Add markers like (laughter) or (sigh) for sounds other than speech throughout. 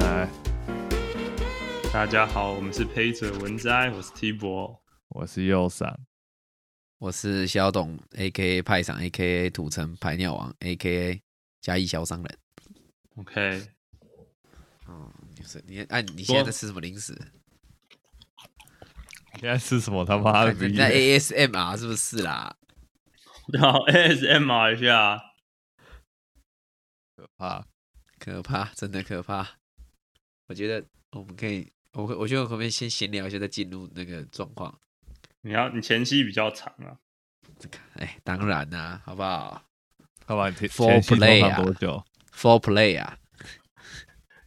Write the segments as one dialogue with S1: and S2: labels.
S1: 哎
S2: 大家好，我们是陪着文摘，我是 T 博。
S1: 我是右上，
S3: 我是肖董，A K A 派上，A K A 土城排尿王，A K A 嘉义小商人。
S2: OK，
S3: 哦，就是你，哎、你现在在吃什么零食？
S1: 你在吃什么他
S2: 啊
S1: 妈的
S3: 感觉
S1: 逼
S2: (laughs)
S3: 啊你？在 A S M R 啊是不是啦？
S2: 好 ASMR 一下，
S1: 可怕！
S3: 可怕，真的可怕。我觉得我们可以，我我觉得我可不可以先闲聊一下，再进入那个状况？
S2: 你要你前期比较长啊，
S3: 这个，哎，当然啦、好不好
S1: 他把你前
S3: Full
S1: 前戏通
S3: play
S1: 常
S3: 啊
S1: 多久？
S3: ？For play 啊，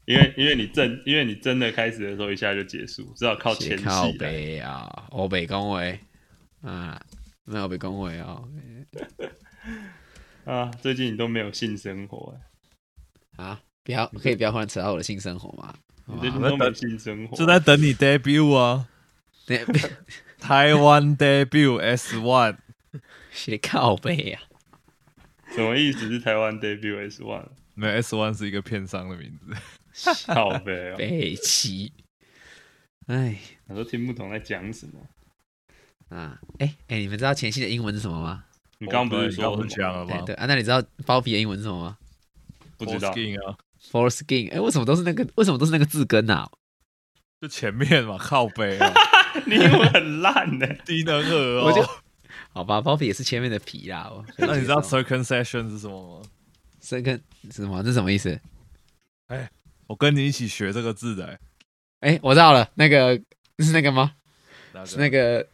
S2: 因为因为你真因为你真的开始的时候一下就结束，只好靠前
S3: 斜
S2: 期
S3: 靠
S2: 来。
S3: 北啊，欧北恭维啊，那欧北恭维哦
S2: 啊，最近你都没有性生活、欸，
S3: 啊，不要可以不要忽然扯到我的性生活吗？
S2: 你
S3: 好吧
S2: 最近都没有性生活，
S1: 就在等你 debut 啊，
S3: 那 (laughs)
S1: 台湾 debut S One，
S3: 斜靠背呀、
S2: 什么意思？是台湾 debut S One
S1: 没有 S One 是一个片商的名字。
S2: 靠北哦、
S3: 北齐。哎
S2: 我都听不懂在讲什么。
S3: 啊，哎、哎、你们知道前戏的英文是什么吗？
S2: 你刚刚不是
S1: 你刚
S2: 说
S1: 不
S2: 什
S1: 是
S2: 么？
S1: 讲了
S3: 哎、
S1: 吗？
S3: 对啊，那你知道包皮的英文是什么吗
S2: 不知道
S1: Foreskin 啊，
S3: ？Foreskin。哎、为什么都是那个？为什么都是那个字根啊？
S1: 就前面嘛，靠背
S2: (laughs)
S1: 啊，
S2: 你英文很烂呢、
S1: 低能儿
S3: 我就
S1: 哦。
S3: 好吧，包皮也是前面的皮啦。我可以
S1: 那你知道
S3: 接受
S1: circumcision 是什么吗？
S3: 这个什么？这什么意思？
S1: 我跟你一起学这个字的、欸，
S3: 哎、我知道了，那个是那个吗？是那
S1: 个
S3: 个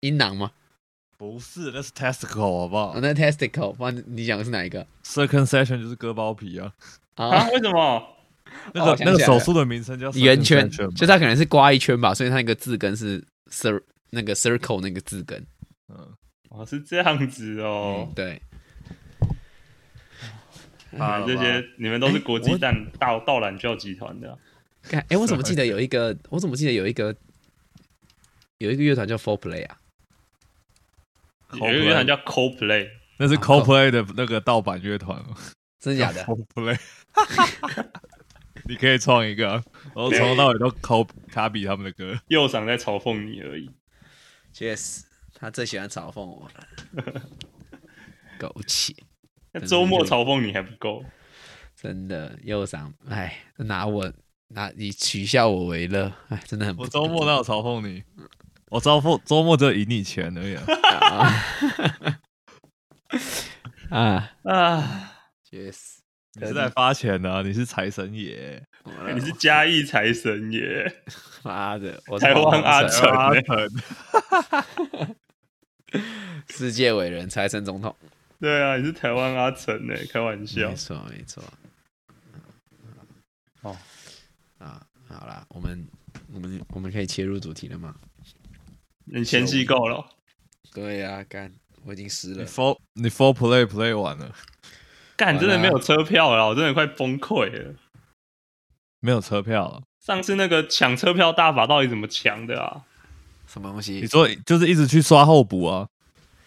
S3: 阴囊吗？
S1: 不是，那是 testicle 好不好
S3: 哦，那 testicle，不然你讲的是哪一个？
S1: ？circumcision 就是割包皮啊，
S3: 啊
S2: 啊？，为什么？
S1: 那个、
S3: 哦我想起来
S1: 那
S3: 了
S1: 个手术的名称叫
S3: 圆圈，
S1: circumcision 嘛
S3: 就它可能是刮一圈吧，所以它那个字根是 cir 那个 circle 那个字根。
S1: 嗯，
S2: 哦，是这样子哦
S3: 嗯，。对，
S2: (laughs) 你
S1: 好
S2: 们
S1: 了
S2: 啊这
S1: 吧
S2: 些，你们都是国际
S3: 我
S2: 蛋盗盗懒教集团的啊、
S3: 看，哎，我怎么记得有一个，我怎么记得有一个有一个乐团叫 Four Play 啊？
S2: 有一个乐团叫 CoPlay，
S1: 那是
S3: 啊
S1: Coldplay 的那个盗版乐团
S3: 真的假的？
S1: ，Coldplay，你可以创一个啊、我从头到尾都 Co 卡比他们的歌，
S2: 右赏在嘲讽你而已。
S3: 确实，他最喜欢嘲讽我了。 (laughs) 苟且，
S2: 那
S3: 真的
S2: 周末
S3: 就
S2: 嘲讽你还不够，
S3: 真的忧伤，哎，拿我拿你取笑我为乐，哎，真的很不
S1: 我周末哪有嘲讽你？我周末周末就赢你钱而已、啊，
S3: (laughs) 啊，
S2: 啊，
S3: 确实，
S1: 你是在发钱呢、啊，你是财神爷，
S3: 我
S2: 你是嘉义财神耶！
S3: 妈的，我
S2: 台湾阿
S3: 成。
S2: 成
S1: 阿
S2: 欸
S1: 成，
S3: 世界伟人财神总统，
S2: 对啊，你是台湾阿成呢，开玩笑
S3: 没。错没错。
S2: 哦
S3: 啊，好啦，我们我们我们可以切入主题了吗？
S2: 你前戏够了哦，
S3: 对呀、干，我已经湿
S1: 你
S3: 了。
S1: Four 你 Four Play Play 完了，
S2: 干，
S3: 完
S2: 真的没有
S3: 了
S2: 车票了，我真的快崩溃了。
S1: 没有车票了。
S2: 上次那个抢车票大法到底怎么抢的啊？
S3: 什么东
S1: 你
S3: 西？
S1: 说就是一直去刷后补啊？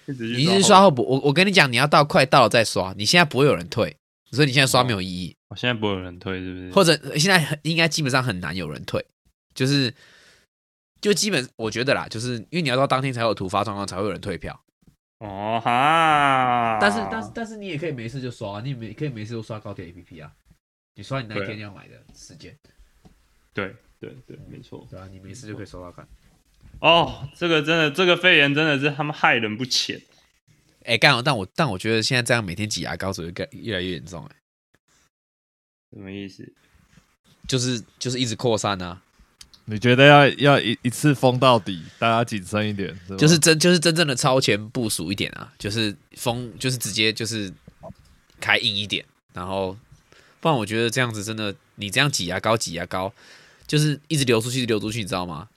S2: 一直
S3: 你
S2: 去
S3: 一直
S2: 后
S3: 刷后补，我我跟你讲，你要到快到了再刷，你现在不会有人退，所以你现在刷没有意义，
S2: 我哦现在不会有人推，是不是？
S3: 或者呃现在很应该基本上很难有人退，就是就基本我觉得啦，就是因为你要到当天才有突发状况才会有人退票，
S2: 哦哈，
S3: 但是但是但是你也可以没事就刷，啊你也没可以没事就刷高铁 APP 啊，你刷你那一
S2: 对
S3: 天要买的时间，
S2: 对对对，没错。
S3: 对啊，你没事就可以刷到看。
S2: 哦，这个真的，这个肺炎真的是他们害人不浅。
S3: 哎、干好，但我但我觉得现在这样每天挤牙膏只会更越来越严重、哎，
S2: 什么意思？
S3: 就是就是一直扩散啊，
S1: 你觉得要要一一次封到底，大家谨慎一点，是吧
S3: 就是真就是真正的超前部署一点啊，就是封就是直接就是开硬一点，然后不然我觉得这样子真的，你这样挤牙膏挤牙膏，就是一直流出去一直流出去，你知道吗？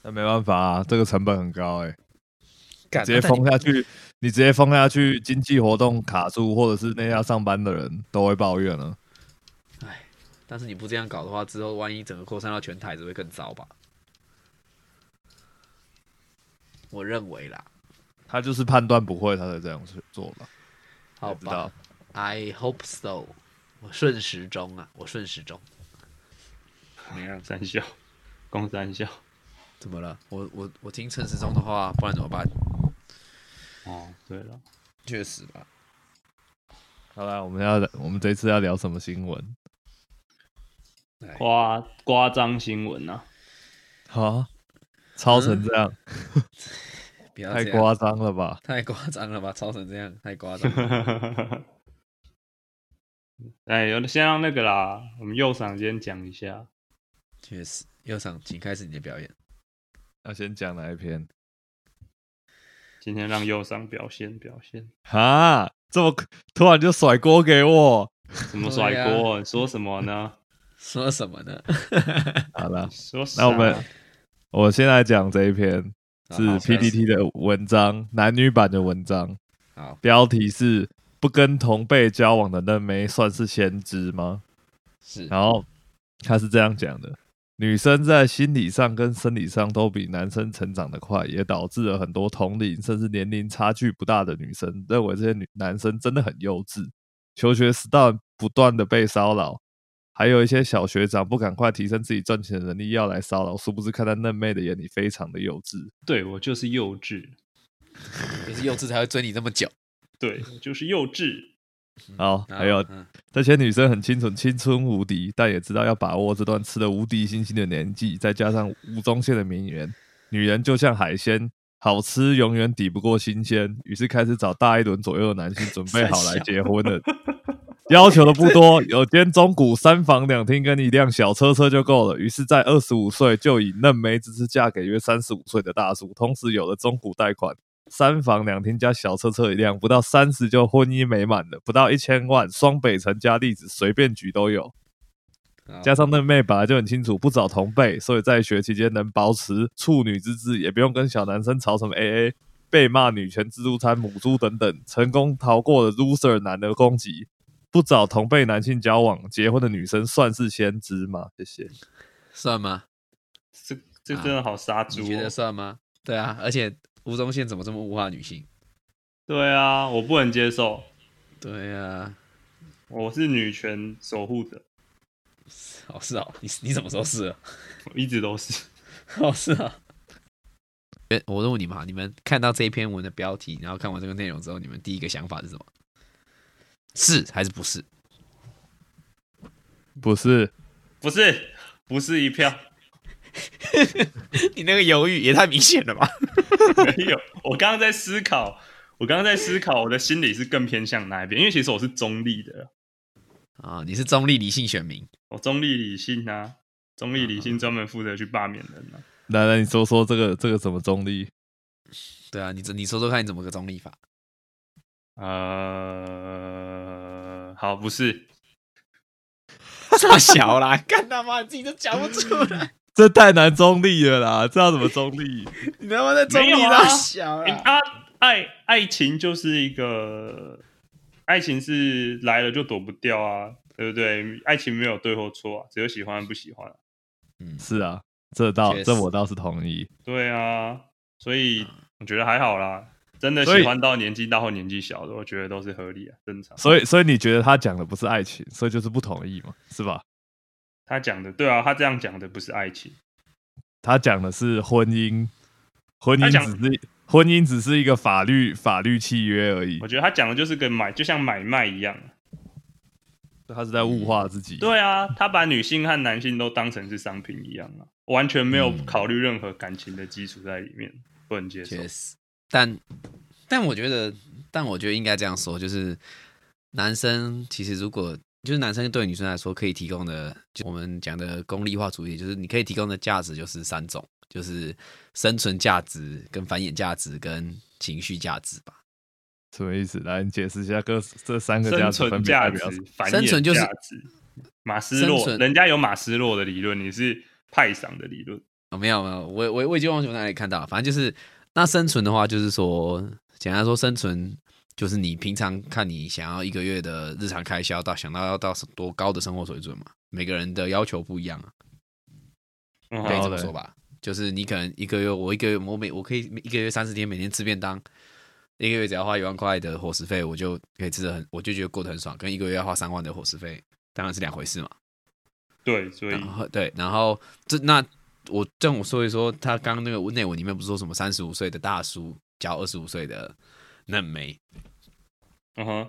S1: 那没办法啊，这个成本很高哎、
S3: 干
S1: 直接
S3: 那但你
S1: 封下去，你直接封下去，经济活动卡住，或者是那家上班的人都会抱怨了。
S3: 但是你不这样搞的话，之后万一整个扩散到全台，只会更糟吧？我认为啦，
S1: 他就是判断不会，他才这样去做吧？
S3: 好
S1: 不知道
S3: 吧，I hope so。我顺时钟啊，我顺时钟。
S2: 没有三笑，攻三笑。
S3: 怎么了？我我我听陈时中的话，不然怎么办？
S2: 哦，对了，
S3: 确实吧。
S1: 好啦，我们要我们这次要聊什么新闻？
S2: 夸夸张新闻 (laughs) 呐、啊，
S1: 好、
S3: 啊
S1: (laughs) 超成这样，
S3: 不要
S1: 太
S3: 这样
S1: 夸张了吧？
S3: 太夸张了吧？超成这样，太夸张了。
S2: 哎，有先让那个啦，我们右赏先讲一下。
S3: 确实，右上，请开始你的表演。
S1: 要先讲哪一篇？
S2: 今天让右上表现表现，
S1: 哈，这么突然就甩锅给我？
S2: 怎么甩锅、你说什么呢？
S3: 说什么呢？
S1: 好了，
S2: 说啥
S1: 那我们我先来讲这一篇是
S3: 啊好
S1: PDT 的文章，男女版的文章，
S3: 好，
S1: 标题是“不跟同辈交往的嫩妹算是先知吗
S3: 是”。
S1: 然后他是这样讲的：女生在心理上跟生理上都比男生成长的快，也导致了很多同龄甚至年龄差距不大的女生认为这些女男生真的很幼稚，求学时代不断的被骚扰。还有一些小学长不赶快提升自己赚钱的能力，要来骚扰，殊不知看在嫩妹的眼里非常的幼稚。
S2: 对我就是幼稚，
S3: 就是幼稚才会追你这么久。
S2: 对我就是幼稚。
S1: 好，还有
S3: 嗯，
S1: 这些女生很清楚青春无敌，但也知道要把握这段吃了无敌星星的年纪，再加上吴宗宪的名言：“女人就像海鲜，好吃永远抵不过新鲜。”于是开始找大一轮左右的男性准备好来结婚了。要求的不多，有间中古三房两厅跟一辆小车车就够了。于是，在二十五岁就以嫩梅之姿嫁给约三十五岁的大叔，同时有了中古贷款。三房两厅加小车车一辆，不到三十就婚姻美满了，不到一千万，双北城加地址随便举都有。
S3: 好
S1: 加上嫩妹本来就很清楚不找同辈，所以在学期间能保持处女之姿，也不用跟小男生吵什么 AA、被骂女权自助餐、母猪等等，成功逃过了 loser 男的攻击。不找同辈男性交往、结婚的女生算是先知吗？谢谢。
S3: 算吗？
S2: 这这真的好杀猪、
S3: 你觉得
S2: 哦。
S3: 算吗？对啊，而且吴宗宪怎么这么物化女性？
S2: 对啊，我不能接受，
S3: 对啊，
S2: 我是女权守护者，
S3: 哦是哦，你你什么时候是了？
S2: 我一直都是。
S3: 哦是啊。我问你嘛，你们看到这一篇文的标题，然后看完这个内容之后，你们第一个想法是什么？是还是不是？
S1: 不是，
S2: 不是，不是一票，
S3: (laughs) 你那个犹豫也太明显了吧？
S2: 没有。我刚刚在思考，我刚刚在思考，我的心里是更偏向哪一边？因为其实我是中立的，
S3: (laughs) 啊，你是中立理性选民，
S2: 我中立理性啊，中立理性专门负责去罢免人啊。
S1: 来来，你说说这个这个怎么中立？
S3: 对啊，你这你说说看你怎么个中立 (laughs) 法？
S2: 呃，好，不是，
S3: 傻小啦，干他妈你自己都讲不出 (laughs) 来，
S1: 这太难中立了啦，这要怎么中立？
S3: 你他妈在中立
S2: 没有啊
S3: 傻小
S2: 欸
S3: 啦。
S2: 他爱爱情就是一个，爱情是来了就躲不掉啊，对不对？爱情没有对或错啊，只有喜欢不喜欢啊、
S1: 是啊，这倒
S3: 确实
S1: 这我倒是同意。
S2: 对啊，所以
S3: 嗯
S2: 我觉得还好啦。真的
S1: 所以
S2: 喜欢到年纪大或年纪小的，我觉得都是合理啊，正常。
S1: 所以，所以你觉得他讲的不是爱情，所以就是不同意嘛，是吧？
S2: 他讲的对啊，他这样讲的不是爱情，
S1: 他讲的是婚姻，婚
S2: 他
S1: 姻
S2: 讲
S1: 只是婚姻只是一个法律法律契约而已
S2: 我，觉得他讲的就是跟买，就像买卖一样啊。
S1: 他是在物化自己。
S2: 对啊，他把女性和男性都当成是商品一样啊，完全没有
S3: 嗯
S2: 考虑任何感情的基础在里面，不能接受。
S3: 确实，但但我觉得，但我觉得应该这样说，就是男生其实如果就是男生对女生来说可以提供的，就我们讲的功利化主义，就是你可以提供的价值就是三种，就是生存价值、跟繁衍价值、跟情绪价值吧。
S1: 什么意思？来，你解释一下各这三个价
S2: 生
S1: 值分
S2: 存
S1: 别代
S2: 价值
S1: 表什么？、
S2: 繁
S3: 生存
S2: 衍
S3: 就是
S2: 价值。马斯
S3: 生
S2: 洛，
S3: 存
S2: 人家有马斯洛的理论，你是派赏的理论。
S3: 哦，没有没有，我我我已经忘记我哪里看到了。反正就是那生存的话，就是说，简单说，生存就是你平常看你想要一个月的日常开销到想到要到多高的生活水准嘛，每个人的要求不一样啊，
S2: 嗯
S3: 可以
S1: 好
S3: 这
S2: 哼，
S3: 么说吧。就是你可能一个月，我一个月我每我可以一个月三十天每天吃便当，一个月只要花一万块的伙食费，我就可以吃的很，我就觉得过得很爽，跟一个月要花三万的伙食费当然是两回事嘛。
S2: 对，所以
S3: 然后呃对，然后这那我正我说一说，他刚刚那个内文里面不是说什么三十五岁的大叔交二十五岁的嫩妹，
S2: 嗯哼，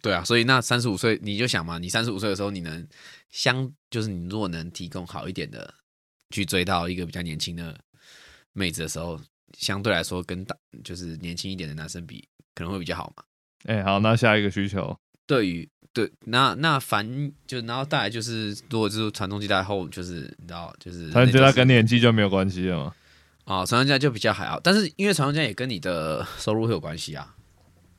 S3: 对啊，所以那三十五岁你就想嘛，你三十五岁的时候，你能相就是你如果能提供好一点的去追到一个比较年轻的妹子的时候，相对来说跟大就是年轻一点的男生比，可能会比较好嘛。
S1: 哎、好，那下一个需求，
S3: 对于对，那那反就然后带来就是，如果就是传宗接代后，就是你知道，就是
S1: 他觉
S3: 人类
S1: 得
S3: 就是
S1: 跟年纪就没有关系了嘛？
S3: 啊，传宗接代就比较还好，但是因为传宗接代也跟你的收入会有关系啊，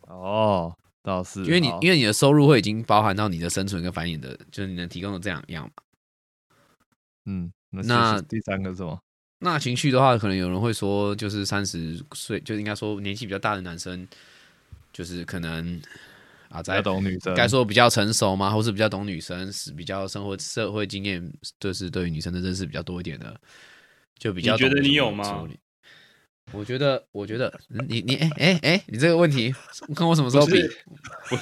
S1: 哦，倒是，
S3: 因为你
S1: 好
S3: 因为你的收入会已经包含到你的生存跟繁衍的，就是你能提供的这两样嘛。
S1: 嗯，那
S3: 那
S1: 那第三个是什么？
S3: 那情绪的话，可能有人会说，就是三十岁，就应该说年纪比较大的男生，就是可能啊，
S1: 才
S3: 在
S1: 懂女生，
S3: 该说比较成熟嘛，或是比较懂女生，是比较生活社会经验，就是对于女生的认识比较多一点的，就比较
S2: 你觉得
S3: 懂得
S2: 你有
S3: 怎么
S2: 吗
S3: 处理？我觉得，我觉得嗯你你哎哎哎，你这个问题 (laughs) 跟我什么时候比
S2: 不？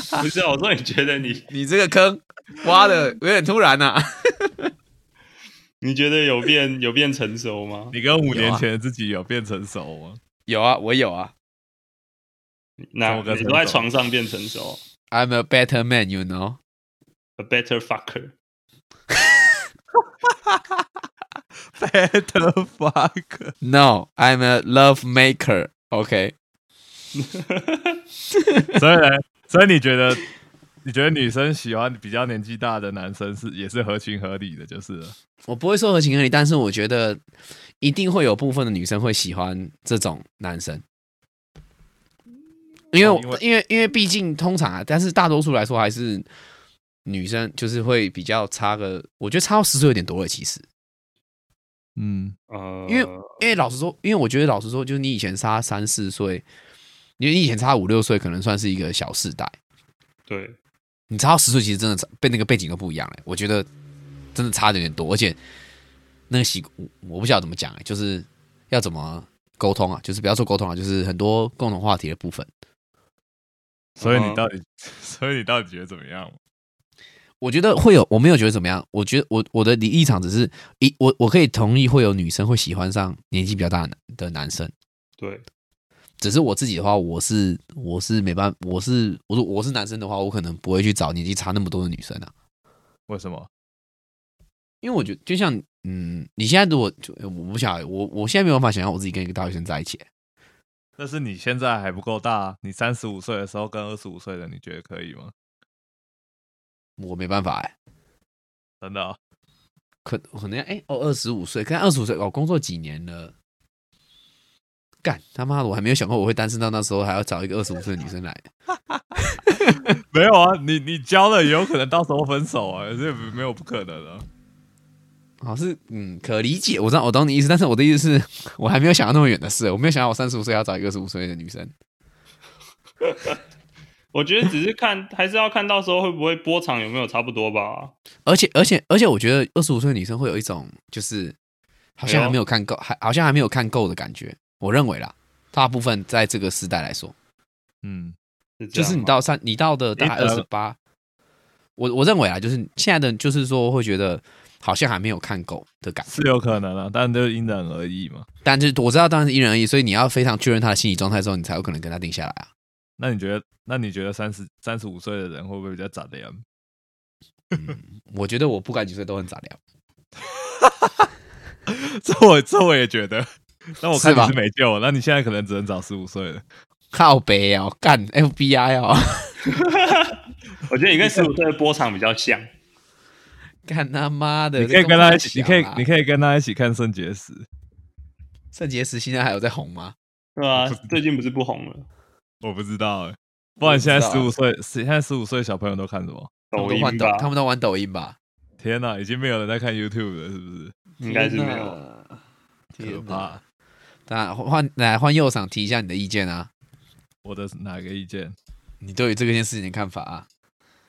S2: 是不是啊，我说你觉得你
S3: 你这个坑挖的有点突然呐、啊。
S2: 你觉得有变有变成熟吗？
S1: 你跟五
S3: 有
S1: 年
S3: 啊
S1: 前的自己有变成熟
S3: (laughs)
S1: 吗？
S3: 有啊，我有啊
S2: 那
S1: 怎么个
S2: 你
S1: 成
S2: 都在
S1: 熟
S2: 床上变成熟
S3: ，I'm a better man, you know。
S2: ，a better fucker。 (laughs)
S1: Better fuck，
S3: No, I'm a love maker. OK，
S1: 所以呢，所以你觉得，你觉得女生喜欢比较年纪大的男生是也是合情合理的，就是了
S3: 我不会说合情合理，但是我觉得一定会有部分的女生会喜欢这种男生，因为、
S1: 哦因为
S3: 因为因为毕竟通常啊，但是大多数来说还是女生就是会比较差个，我觉得差到十岁有点多了，其实。
S1: 嗯，
S2: 呃，
S3: 因为因为老实说，因为我觉得老实说，就是你以前差三四岁，因为你以前差五六岁，可能算是一个小世代。
S2: 对，
S3: 你差到十岁，其实真的差被那个背景都不一样了。我觉得真的差的有点多，而且那个习我我不晓得怎么讲、欸，就是要怎么沟通啊，就是不要说沟通啊，就是很多共同话题的部分，
S1: 所以你
S2: 嗯
S1: 到底， (laughs) 所以你到底觉得怎么样？
S3: 我觉得会有，我没有觉得怎么样，我觉得我我的立场只是一我我可以同意会有女生会喜欢上年纪比较大的男的男生，
S2: 对，
S3: 只是我自己的话，我是我是没办法，我是我说我是男生的话，我可能不会去找年纪差那么多的女生啊。
S1: 为什么？
S3: 因为我觉得就像嗯，你现在如果就我不晓得，我我现在没有办法想象我自己跟一个大学生在一起。欸
S1: 但是你现在还不够大，啊你三十五岁的时候跟二十五岁的，你觉得可以吗？
S3: 我没办法哎、
S1: 真的、哦，
S3: 可可能哎、哦，二十五岁，可二十五岁哦，工作几年了，干他妈的，我还没有想过我会单身到那时候还要找一个二十五岁的女生来。
S1: (laughs) 没有啊，你你交了也有可能到时候分手啊，这没有不可能的、啊。
S3: 好是嗯，可理解，我知道我懂你意思，但是我的意思是，我还没有想到那么远的事，我没有想到我三十五岁要找一个二十五岁的女生。
S2: 我觉得只是看，还是要看到时候会不会波长有没有差不多吧。
S3: 而且而且而且，我觉得二十五岁的女生会有一种就是好像还没有看够，还好像还没有看够的感觉。我认为啦，大部分在这个时代来说，
S1: 嗯，
S2: 是这
S3: 就
S2: 样
S3: 是你
S2: 吗
S3: 到三，你到的大概
S1: 诶
S3: 二
S1: 呃
S3: 十八，我我认为啊，就是现在的就是说会觉得好像还没有看够的感觉。
S1: 是有可能啊，但就因人而异嘛。
S3: 但就是我知道当然是因人而异，所以你要非常确认他的心理状态之后，你才有可能跟他定下来啊。
S1: 那你觉得，那你觉得三十三十五岁的人会不会比较咋啊的呀？
S3: 我觉得我不管几岁都很杂聊，
S1: 这我这我也觉得。那我看
S3: 是吧
S1: 你是没救了，那你现在可能只能找十五岁的。
S3: 靠北哦，干 FBI 哦，
S2: 我觉得你跟十五岁的波长比较像。
S3: 干他妈的！
S1: 你可以
S3: 这
S1: 跟他一
S3: 公司
S1: 起，
S3: 太
S1: 你可以
S3: 小啦啊
S1: 你可以跟他一起看圣结石。
S3: 圣洁石现在还有在红吗？
S2: 对啊，最近不是不红了，
S1: 我不知道哎、不然现在
S3: 我
S1: 十
S3: 不啊
S1: 五岁，现在十五岁小朋友都看什么？
S3: 他
S2: 抖
S3: 们都玩
S2: 音
S3: 抖
S2: 吧，，
S3: 他们都玩抖音吧？
S1: 天哪、已经没有人在看 YouTube 了，是不是？
S2: 应该是没有。
S3: 有，
S1: 可
S3: 天哪！
S1: 怕！
S3: 那换来换右赏提一下你的意见啊，
S1: 我的哪个意见？
S3: 你对于这个件事情的看法啊？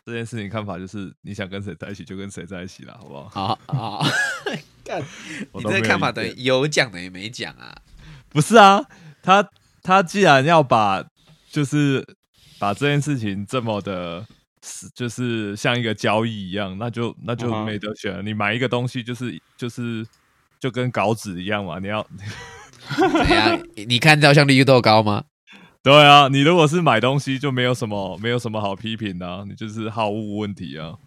S1: 这件事情看法就是，你想跟谁在一起就跟谁在一起啦，好不好？
S3: 好好， (laughs) 干
S1: 我
S3: 你
S1: 都
S3: 这
S1: 没有
S3: 个看
S1: 意
S3: 法等于
S1: 见
S3: 有讲等于没讲啊？
S1: (laughs) 不是啊，他他既然要把就是把这件事情这么的是就是像一个交易一样，那就那就
S2: 嗯哼
S1: 没得选了。你买一个东西就是就是就跟稿纸一样嘛，你要 (laughs)
S3: 怎样？ (laughs) 你看照相率够高吗？
S1: 对啊，你如果是买东西就没有什么没有什么好批评的、啊，你就是好物问题啊。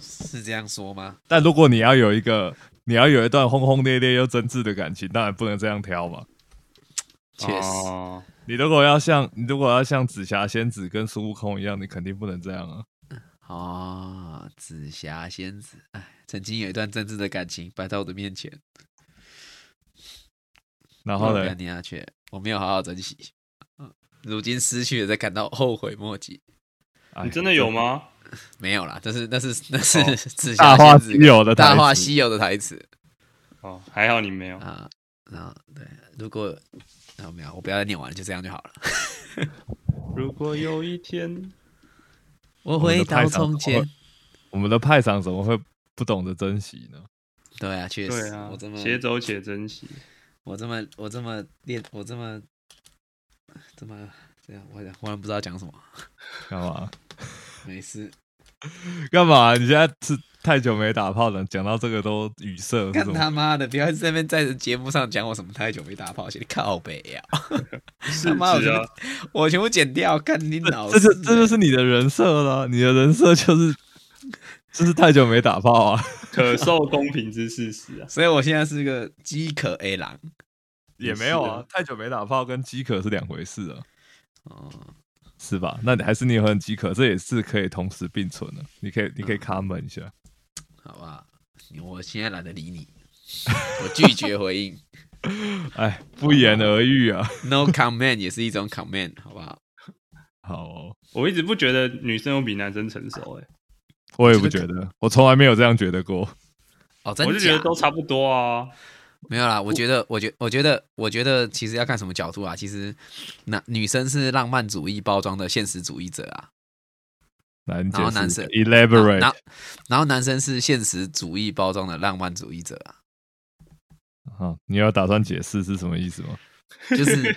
S3: 是这样说吗？
S1: 但如果你要有一个你要有一段轰轰烈烈又真挚的感情，当然不能这样挑嘛。
S3: 确实，
S2: 哦
S1: 你如果要像你如果要像紫霞仙子跟孙悟空一样，你肯定不能这样啊。
S3: 啊，紫霞仙子，哎，曾经有一段真挚的感情摆在我的面前，
S1: 然后
S3: 我
S1: 呢
S3: 干，你啊却我没有好好珍惜，嗯如今失去了，才感到后悔莫及。
S1: 哎
S2: 你真的有？吗？
S3: 没有啦，但是那是那是
S2: 哦
S3: (laughs) 紫
S1: 大
S3: 霞
S1: 话
S3: 仙
S1: 西
S3: 子，
S1: 游的台词
S3: 大话西游的台词
S2: 哦，还好你没有。
S3: 啊啊，对，如果啊没有，我不要再念完了，就这样就好了。
S2: 如果有一天，
S3: 我
S1: 们
S3: 回
S1: 的派长
S3: 到从
S1: 怎么
S3: 前
S1: 会，我们的派长怎么会不懂得珍惜呢？
S3: 对啊，确
S2: 对
S3: 实，
S2: 啊
S3: 我这，么
S2: 且走且珍惜。
S3: 我这么我这么练，我这么这么这样，我忽然不知道讲什么，
S1: 干嘛
S3: 没事。
S1: 干嘛？你现在是太久没打炮了，讲到这个都语塞。是
S3: 干
S1: 怎么
S3: 他妈的！不要在那边在节目上讲我什么太久没打炮，写你靠北呀、
S2: 是
S3: 他妈我
S2: 指
S3: 全
S2: 啊，
S3: 部我全部剪掉，干你脑
S1: 这
S3: 子、
S1: 就这就是你的人设了，你的人设就是就是太久没打炮啊，
S2: 可受公平之事实啊。
S3: 所以我现在是个饥渴 A 狼。
S1: 也没有啊，太久没打炮跟饥渴是两回事啊，
S3: 哦，
S1: 是吧？那你还是你有很饥渴，这也是可以同时并存的，你可以你可以 comment 一下，
S3: 好吧，我现在懒得理你， (laughs) 我拒绝回应
S1: 哎，不言而喻啊。
S3: ，No comment 也是一种 comment，好不好？
S1: 好、哦，
S2: 我一直不觉得女生有比男生成熟、欸，
S1: 我也不觉得，我从来没有这样觉得过。
S3: 哦，真
S2: 哎，我就觉
S3: 假
S2: 得都差不多啊。
S3: 没有啦，我觉得，我觉，我觉得，我觉得，其实要看什么角度啊？其实，那女生是浪漫主义包装的现实主义者啊，
S1: 来，你解
S3: 然后
S1: 释
S3: 男
S1: 一
S3: 生
S1: 下
S3: 然后
S1: ，elaborate
S3: 然后然后男生是现实主义包装的浪漫主义者啊，
S1: 啊，你有打算解释是什么意思吗？
S3: 就是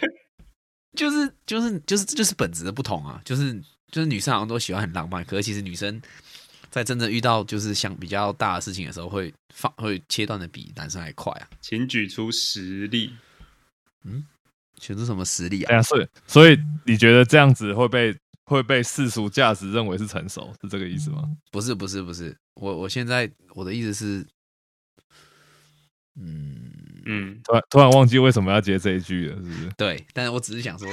S3: 就是就是就是这就是本质的不同啊，就是就是女生好像都喜欢很浪漫，可是其实女生在真正遇到就是想比较大的事情的时候，会放会切断的比男生还快啊，
S2: 请举出实例。
S3: 选出什么实力
S1: 哎
S3: 啊？
S1: 呀，所以所以你觉得这样子会被会被世俗价值认为是成熟，是这个意思吗？
S3: 不是不是不是，我我现在我的意思是，嗯。
S2: 嗯，
S1: 突然突然忘记为什么要接这一句了，是不是？
S3: 对，但是我只是想说， (laughs)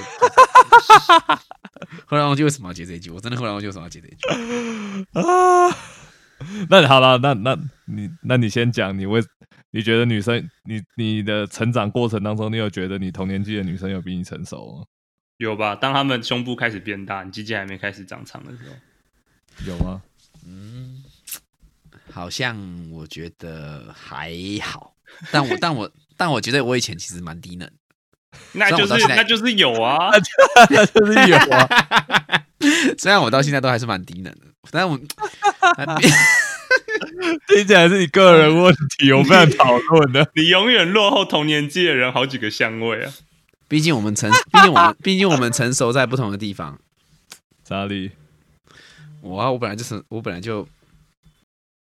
S3: 后来忘记为什么要接这一句，我真的后来忘记为什么要接这一句。
S1: 啊， (laughs) 那好了，那那你那你先讲，你为你觉得女生，你你的成长过程当中，你有觉得你同年纪的女生有比你成熟吗？
S2: 有吧？当他们胸部开始变大，你鸡鸡还没开始长长的时候，
S1: 有吗？
S3: 嗯，好像我觉得还好，但我 (laughs) 但我但我觉得我以前其实蛮低能，
S2: 那
S3: 虽然
S2: 就
S3: 我到
S2: 是
S3: 现在
S2: 那就是有
S1: (laughs)
S2: 啊。
S3: (laughs)
S1: 那就是有啊，
S3: 虽然我到现在都还是蛮低能的，但我
S1: (laughs)
S3: (laughs)
S1: 听起来是你个人问题，我不想讨论的。
S2: 你永远落后同年纪的人好几个相位啊。
S3: 毕竟我们成，毕竟我们毕竟我们成熟在不同的地方。
S1: 查理，
S3: 我啊，我本来就是我本来就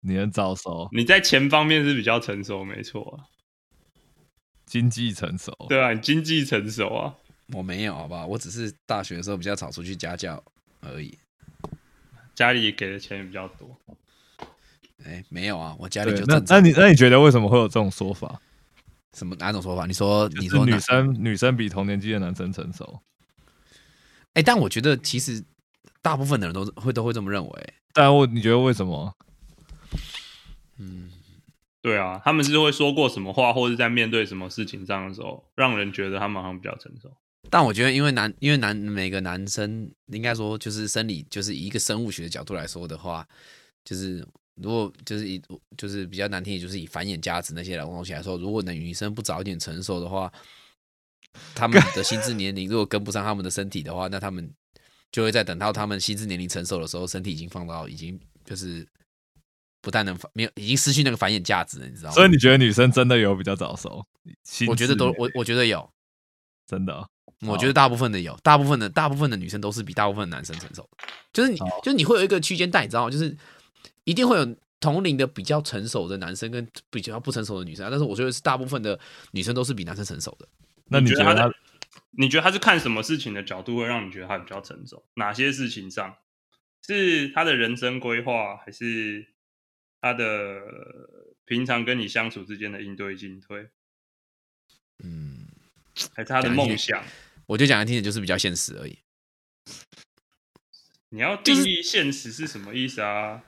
S1: 你很早熟，
S2: 你在钱方面是比较成熟，没错、啊，
S1: 经济成熟，
S2: 对啊，你经济成熟啊。
S3: 我没有好不好？我只是大学的时候比较少出去家教而已。
S2: 家里给的钱也比较多，
S3: 哎，没有啊，我家里
S1: 对
S3: 就，
S1: 那
S3: 正
S1: 那
S3: 常。
S1: 你那你觉得为什么会有这种说法？
S3: 什么哪种说法？你说
S1: 就
S3: 你
S1: 是
S3: 说哪
S1: 女生女生比同年纪的男生成熟，
S3: 哎、但我觉得其实大部分的人都会都会这么认为。
S1: 但我你觉得为什么？
S3: 嗯，
S2: 对啊，他们是会说过什么话，或者在面对什么事情上的时候，让人觉得他们好像比较成熟。
S3: 但我觉得因为男因为男每个男生应该说就是生理就是以一个生物学的角度来说的话，就是如果就是以就是比较难听，也就是以繁衍价值那些东西来说，如果男女生不早一点成熟的话，他们的心智年龄如果跟不上他们的身体的话，那他们就会在等到他们心智年龄成熟的时候，身体已经放到已经就是。不但能繁没有，已经失去那个繁衍价值了，你知道吗？
S1: 所以你觉得女生真的有比较早熟？心
S3: 我觉得
S1: 智
S3: 都
S1: 年
S3: 我我觉得有，
S1: 真的哦
S3: 我觉得大部分的有，大部分的大部分的女生都是比大部分的男生成熟的，就是
S1: 哦
S3: 你就是你会有一个区间带，你知道吗？就是一定会有同龄的比较成熟的男生跟比较不成熟的女生啊，但是我觉得是大部分的女生都是比男生成熟的。
S1: 那你
S2: 觉
S1: 觉得
S2: 他
S1: 他
S2: 在？你觉得他是看什么事情的角度会让你觉得他比较成熟？哪些事情上是他的人生规划，还是他的呃平常跟你相处之间的应对进退，
S3: 嗯，
S2: 还是他的
S3: 感觉
S2: 梦想？
S3: 我就讲来听点，就是比较现实而已。
S2: 你要定义现实是什么意思啊？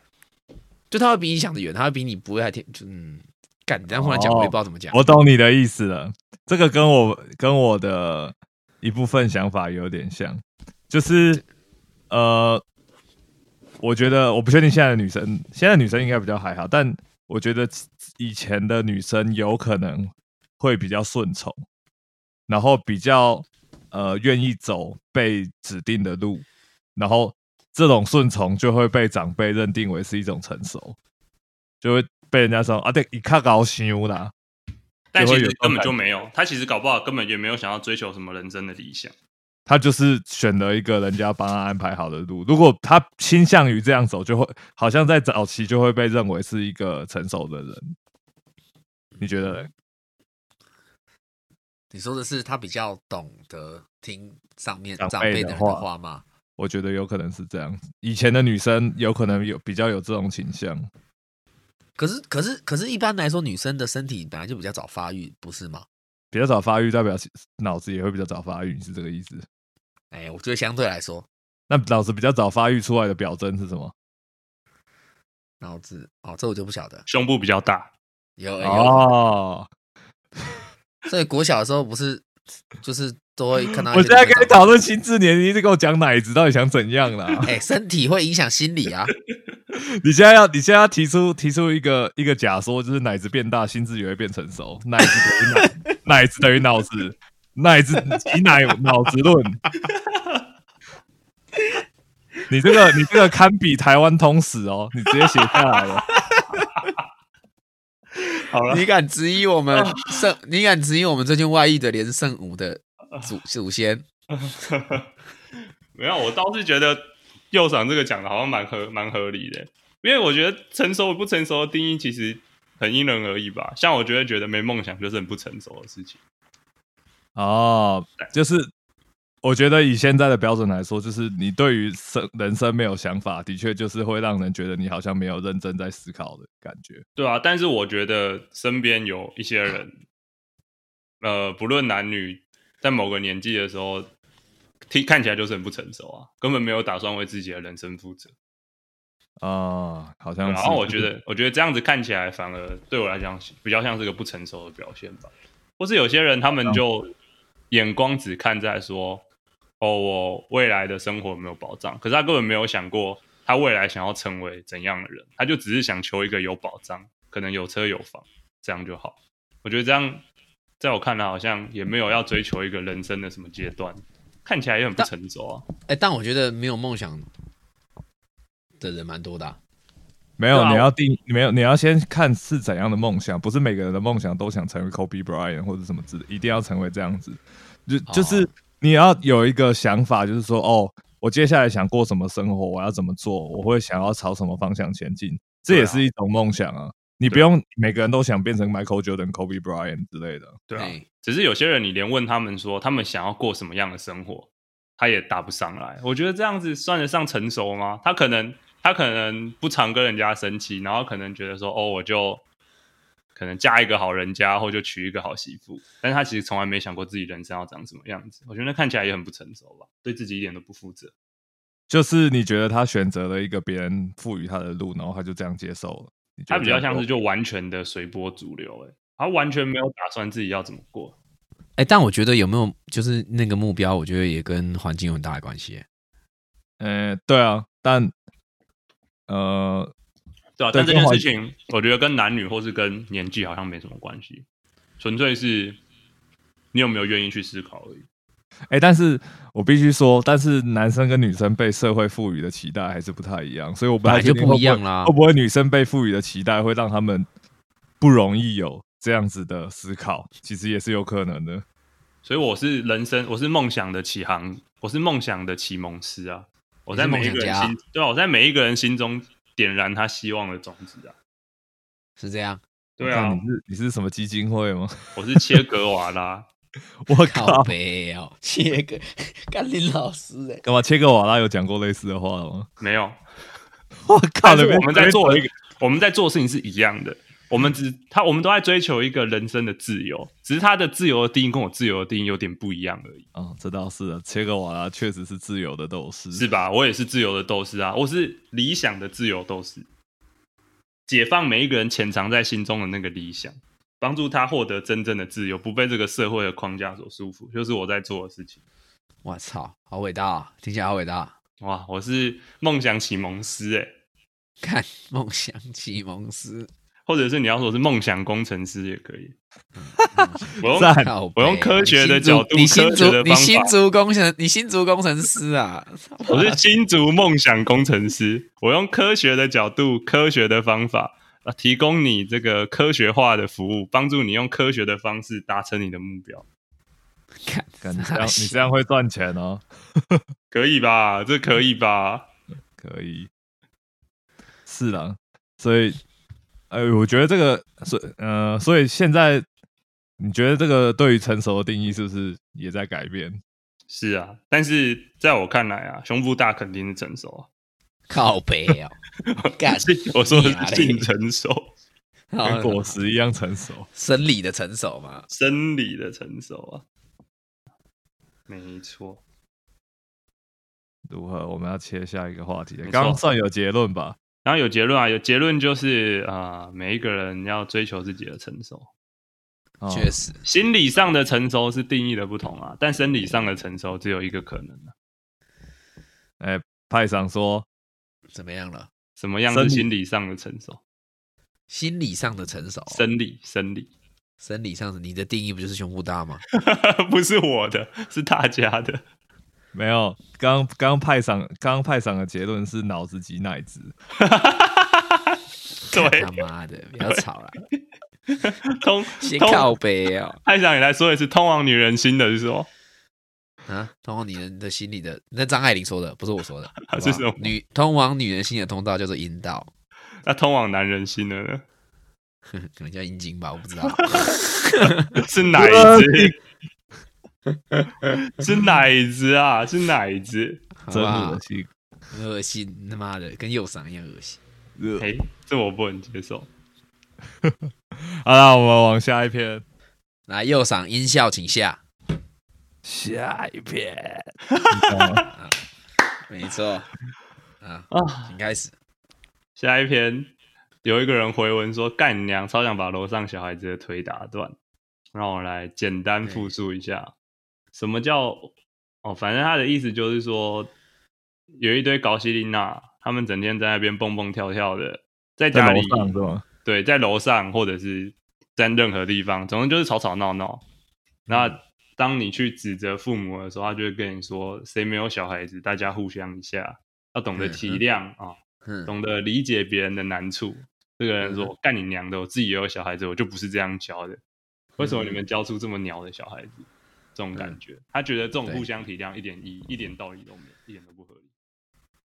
S3: 就他会比你想的远，他会比你不会还天，就嗯，干，你这样忽然讲，
S1: 哦
S3: 我也不知道怎么讲。
S1: 我懂你的意思了，这个跟我跟我的一部分想法有点像，就是呃，我觉得我不确定现在的女生，现在女生应该比较还好，但我觉得以前的女生有可能会比较顺从，然后比较呃愿意走被指定的路，然后这种顺从就会被长辈认定为是一种成熟，就会被人家说啊，对，你看搞羞啦。
S2: 但其
S1: 就
S2: 实
S1: 会有
S2: 根本就没有，他其实搞不好根本也没有想要追求什么人生的理想。
S1: 他就是选了一个人家帮他安排好的路。如果他倾向于这样走，就会好像在早期就会被认为是一个成熟的人。你觉得嘞？
S3: 你说的是他比较懂得听上面
S1: 长辈
S3: 长辈的
S1: 的
S3: 人
S1: 话
S3: 的话吗？
S1: 我觉得有可能是这样。以前的女生有可能有比较有这种倾向，
S3: 可是可是可是，一般来说，女生的身体本来就比较早发育，不是吗？
S1: 比较早发育，代表脑子也会比较早发育，你是这个意思？
S3: 哎，我觉得相对来说，
S1: 那脑子比较早发育出来的表征是什么？
S3: 脑子哦，这我就不晓得。
S2: 胸部比较大，
S3: 呃有有，
S1: 哦，
S3: 所以国小的时候不是就是都会看到一些
S1: 我现在跟你讨
S3: 长辈
S1: 论心智年龄，你一直跟我讲奶子，到底想怎样啦？
S3: 哎，身体会影响心理
S1: (laughs)
S3: 啊。
S1: 你现在要，你现在要提出提出一个一个假说，就是奶子变大，心智也会变成熟。奶子等于脑， (laughs) 奶子等于脑子，奶子以奶脑子论。你这个你这个堪比台湾通史哦，你直接写下来了。
S2: 好了，
S3: 你敢质疑
S1: (laughs)
S3: 我们圣？你敢质疑我们最近外遇的连胜武的祖祖先？
S2: 没有，我倒是觉得右赏这个讲的好像蛮合蛮合理的，因为我觉得成熟与不成熟的定义其实很因人而异吧。像我觉得觉得没梦想就是很不成熟的事情。
S1: 哦，就是我觉得以现在的标准来说，就是你对于生人生没有想法，的确就是会让人觉得你好像没有认真在思考的感觉。
S2: 对啊，但是我觉得身边有一些人，呃，不论男女，在某个年纪的时候，听看起来就是很不成熟啊，根本没有打算为自己的人生负责。
S1: 啊、好像
S2: 对
S1: 是。
S2: 然后我
S1: (laughs)
S2: 觉得，我觉得这样子看起来反而对我来讲比较像是个不成熟的表现吧。或是有些人他们就
S1: 嗯
S2: 眼光只看在说，哦，我未来的生活有没有保障，可是他根本没有想过他未来想要成为怎样的人，他就只是想求一个有保障，可能有车有房，这样就好。我觉得这样，在我看来好像也没有要追求一个人生的什么阶段，看起来也很不成熟啊。
S3: 哎，但我觉得没有梦想的人蛮多的啊、
S1: 没有，
S2: 对啊
S1: 你要定没有，你要先看是怎样的梦想，不是每个人的梦想都想成为 Kobe Bryant 或者什么之类，一定要成为这样子。就
S2: 哦
S1: 就是你要有一个想法，就是说，哦，我接下来想过什么生活，我要怎么做，我会想要朝什么方向前进，这
S2: 对啊
S1: 也是一种梦想啊。你不用每个人都想变成 Michael Jordan、Kobe Bryant 之类的。
S2: 对啊，
S3: 哎
S2: 只是有些人，你连问他们说他们想要过什么样的生活，他也答不上来。我觉得这样子算得上成熟吗？他可能他可能不常跟人家生气，然后可能觉得说哦，我就可能嫁一个好人家，或就娶一个好媳妇，但是他其实从来没想过自己人生要长什么样子。我觉得那看起来也很不成熟吧，对自己一点都不负责。
S1: 就是你觉得他选择了一个别人赋予他的路，然后他就这样接受了。你觉
S2: 他
S1: 得
S2: 比
S1: 这样
S2: 较像是
S1: OK
S2: 就完全的随波逐流、欸，他完全没有打算自己要怎么过。
S3: 哎，但我觉得有没有就是那个目标，我觉得也跟环境有很大的关系。
S1: 呃，对啊，但呃，
S2: 对
S1: 对
S2: 啊，但这
S1: 跟
S2: 件
S1: 环
S2: 事情，我觉得跟男女或是跟年纪好像没什么关系，纯粹是你有没有愿意去思考而已。
S1: 哎，但是我必须说，但是男生跟女生被社会赋予的期待还是不太一样，所以我不
S3: 本
S1: 太
S3: 来就
S1: 确定会
S3: 不一样
S1: 会
S3: 啦
S1: 会不会女生被赋予的期待会让他们不容易有这样子的思考？其实也是有可能的。
S2: 所以我是人生，我是梦想的起航，我是梦想的启蒙师啊！我在
S3: 你是
S2: 每一个
S3: 梦
S2: 人
S3: 想家
S2: 心，对啊，我在每一个人心中点燃他希望的种子啊！
S3: 是这样。
S2: 对
S1: 我
S2: 啊
S1: 看，你是你是什么基金会吗？
S2: 我是切格瓦拉，
S1: 我
S3: 靠
S1: 靠，
S3: 背哦，切 (laughs) 个甘霖老师哎、
S1: 干嘛？切格瓦拉有讲过类似的话吗？
S2: 没有，
S1: 我靠，
S2: 但是
S1: 你被
S2: 我们在做一个，我们在做的事情是一样的。我们只他，我们都在追求一个人生的自由，只是他的自由的定义跟我自由的定义有点不一样而已，
S1: 哦，这倒是的，切格瓦拉确实是自由的斗士，
S2: 是吧？我也是自由的斗士啊，我是理想的自由斗士，解放每一个人潜藏在心中的那个理想，帮助他获得真正的自由，不被这个社会的框架所束缚，就是我在做的事情。
S3: 我操，好伟大、啊，听起来好伟大、啊。 (laughs)
S2: 哇，我是梦想启蒙师诶、欸
S3: 看梦想启蒙师，
S2: 或者是你要说是梦想工程师也可以。我用
S1: 赞
S3: 靠背
S2: 啊我
S3: 啊
S2: 用科学的角度
S3: 你新
S2: 科学的
S3: 竹你新
S2: 方法
S3: 竹工程，你新竹工程师啊， (laughs)
S2: 我是新竹梦想工程师，我用科学的角度、科学的方法，啊，提供你这个科学化的服务，帮助你用科学的方式达成你的目标，
S3: 看
S1: 干，你这
S3: 啊
S1: 样你这样会赚钱哦，
S2: 可以吧？这可以吧？
S1: 可以，是啦，所以，呃，我觉得这个，所以呃，所以现在你觉得这个对于成熟的定义是不是也在改变？
S2: 是啊，但是在我看来啊，胸部大肯定是成熟啊。
S3: 靠背
S2: (laughs)
S3: 哦，干，
S2: 我说的
S3: 你啊
S2: 是
S3: 嘞
S2: 性成熟，
S1: 跟
S3: 好
S1: 果实一样成熟，
S3: 生理的成熟嘛，
S2: 生理的成熟啊。没错，
S1: 如何？我们要切下一个话题了，
S2: 没错
S1: 刚刚算有结论吧？
S2: 然后有结论啊，有结论就是啊、呃每一个人要追求自己的成熟，
S1: 哦
S3: 确实，
S2: 心理上的成熟是定义的不同啊，但生理上的成熟只有一个可能、啊、
S1: 哎，派上说，
S3: 怎么样了？
S2: 什么样
S1: 生
S2: 是
S1: 理
S2: 心理上的成熟？
S3: 哦心理上的成熟，啊
S2: 生理，生理， (laughs)
S3: 生理上的，你的定义不就是胸部大吗？
S2: 不是我的，是大家的。
S1: 没有，刚刚刚派上刚刚派上的结论是脑子挤奶子，
S2: 对
S3: 他，妈的，不要吵
S2: (laughs)
S3: 了，
S2: 通
S3: 先靠
S2: 通，
S3: 背哦。
S2: 太想你来说也是通往女人心的是什么？
S3: 啊，通往女人的心里的，那张爱玲说的，不是我说的，好不好
S2: (laughs) 是什么
S3: 女通往女人心里的通道叫做阴道，
S2: 那通往男人心的呢？ (laughs)
S3: (laughs) 可能叫阴茎吧，我
S1: (laughs)
S3: 不知道。
S2: 是奶子， (laughs) 是奶子啊，是奶子。
S3: 好
S1: 真
S3: 吧
S1: 恶，心，
S3: 恶心，他妈的，跟右嗓一样恶心。
S1: 热
S2: 哎、这我不能接受。
S1: 好了，我们往下一篇。
S3: 来，右嗓音效请下。
S1: 下一
S3: (laughs)
S1: 篇，
S3: 没错，啊，
S2: 啊
S3: 请开始。
S2: 下一篇有一个人回文说：“干你娘，超想把楼上小孩子的腿打断。”让我来简单复述一下，什么叫哦？反正他的意思就是说，有一堆搞西丽娜，他们整天在那边蹦蹦跳跳的，在
S1: 在
S2: 家
S1: 楼
S2: 里
S1: 上是吗？
S2: 对，在楼上或者是在任何地方，总之就是吵吵闹闹。
S3: 嗯
S2: 那当你去指责父母的时候，他就会跟你说：“谁没有小孩子？大家互相一下，要懂得体谅啊。
S3: 嗯，
S2: 懂得理解别人的难处。这个人
S3: 嗯
S2: 说：“干你娘的！我自己也有小孩子，我就不是这样教的。为什么你
S3: 嗯
S2: 们教出这么鸟的小孩子？”这种感觉，他觉得这种
S3: 对
S2: 互相体谅一点意义、一点道理都没有，一点都不合理。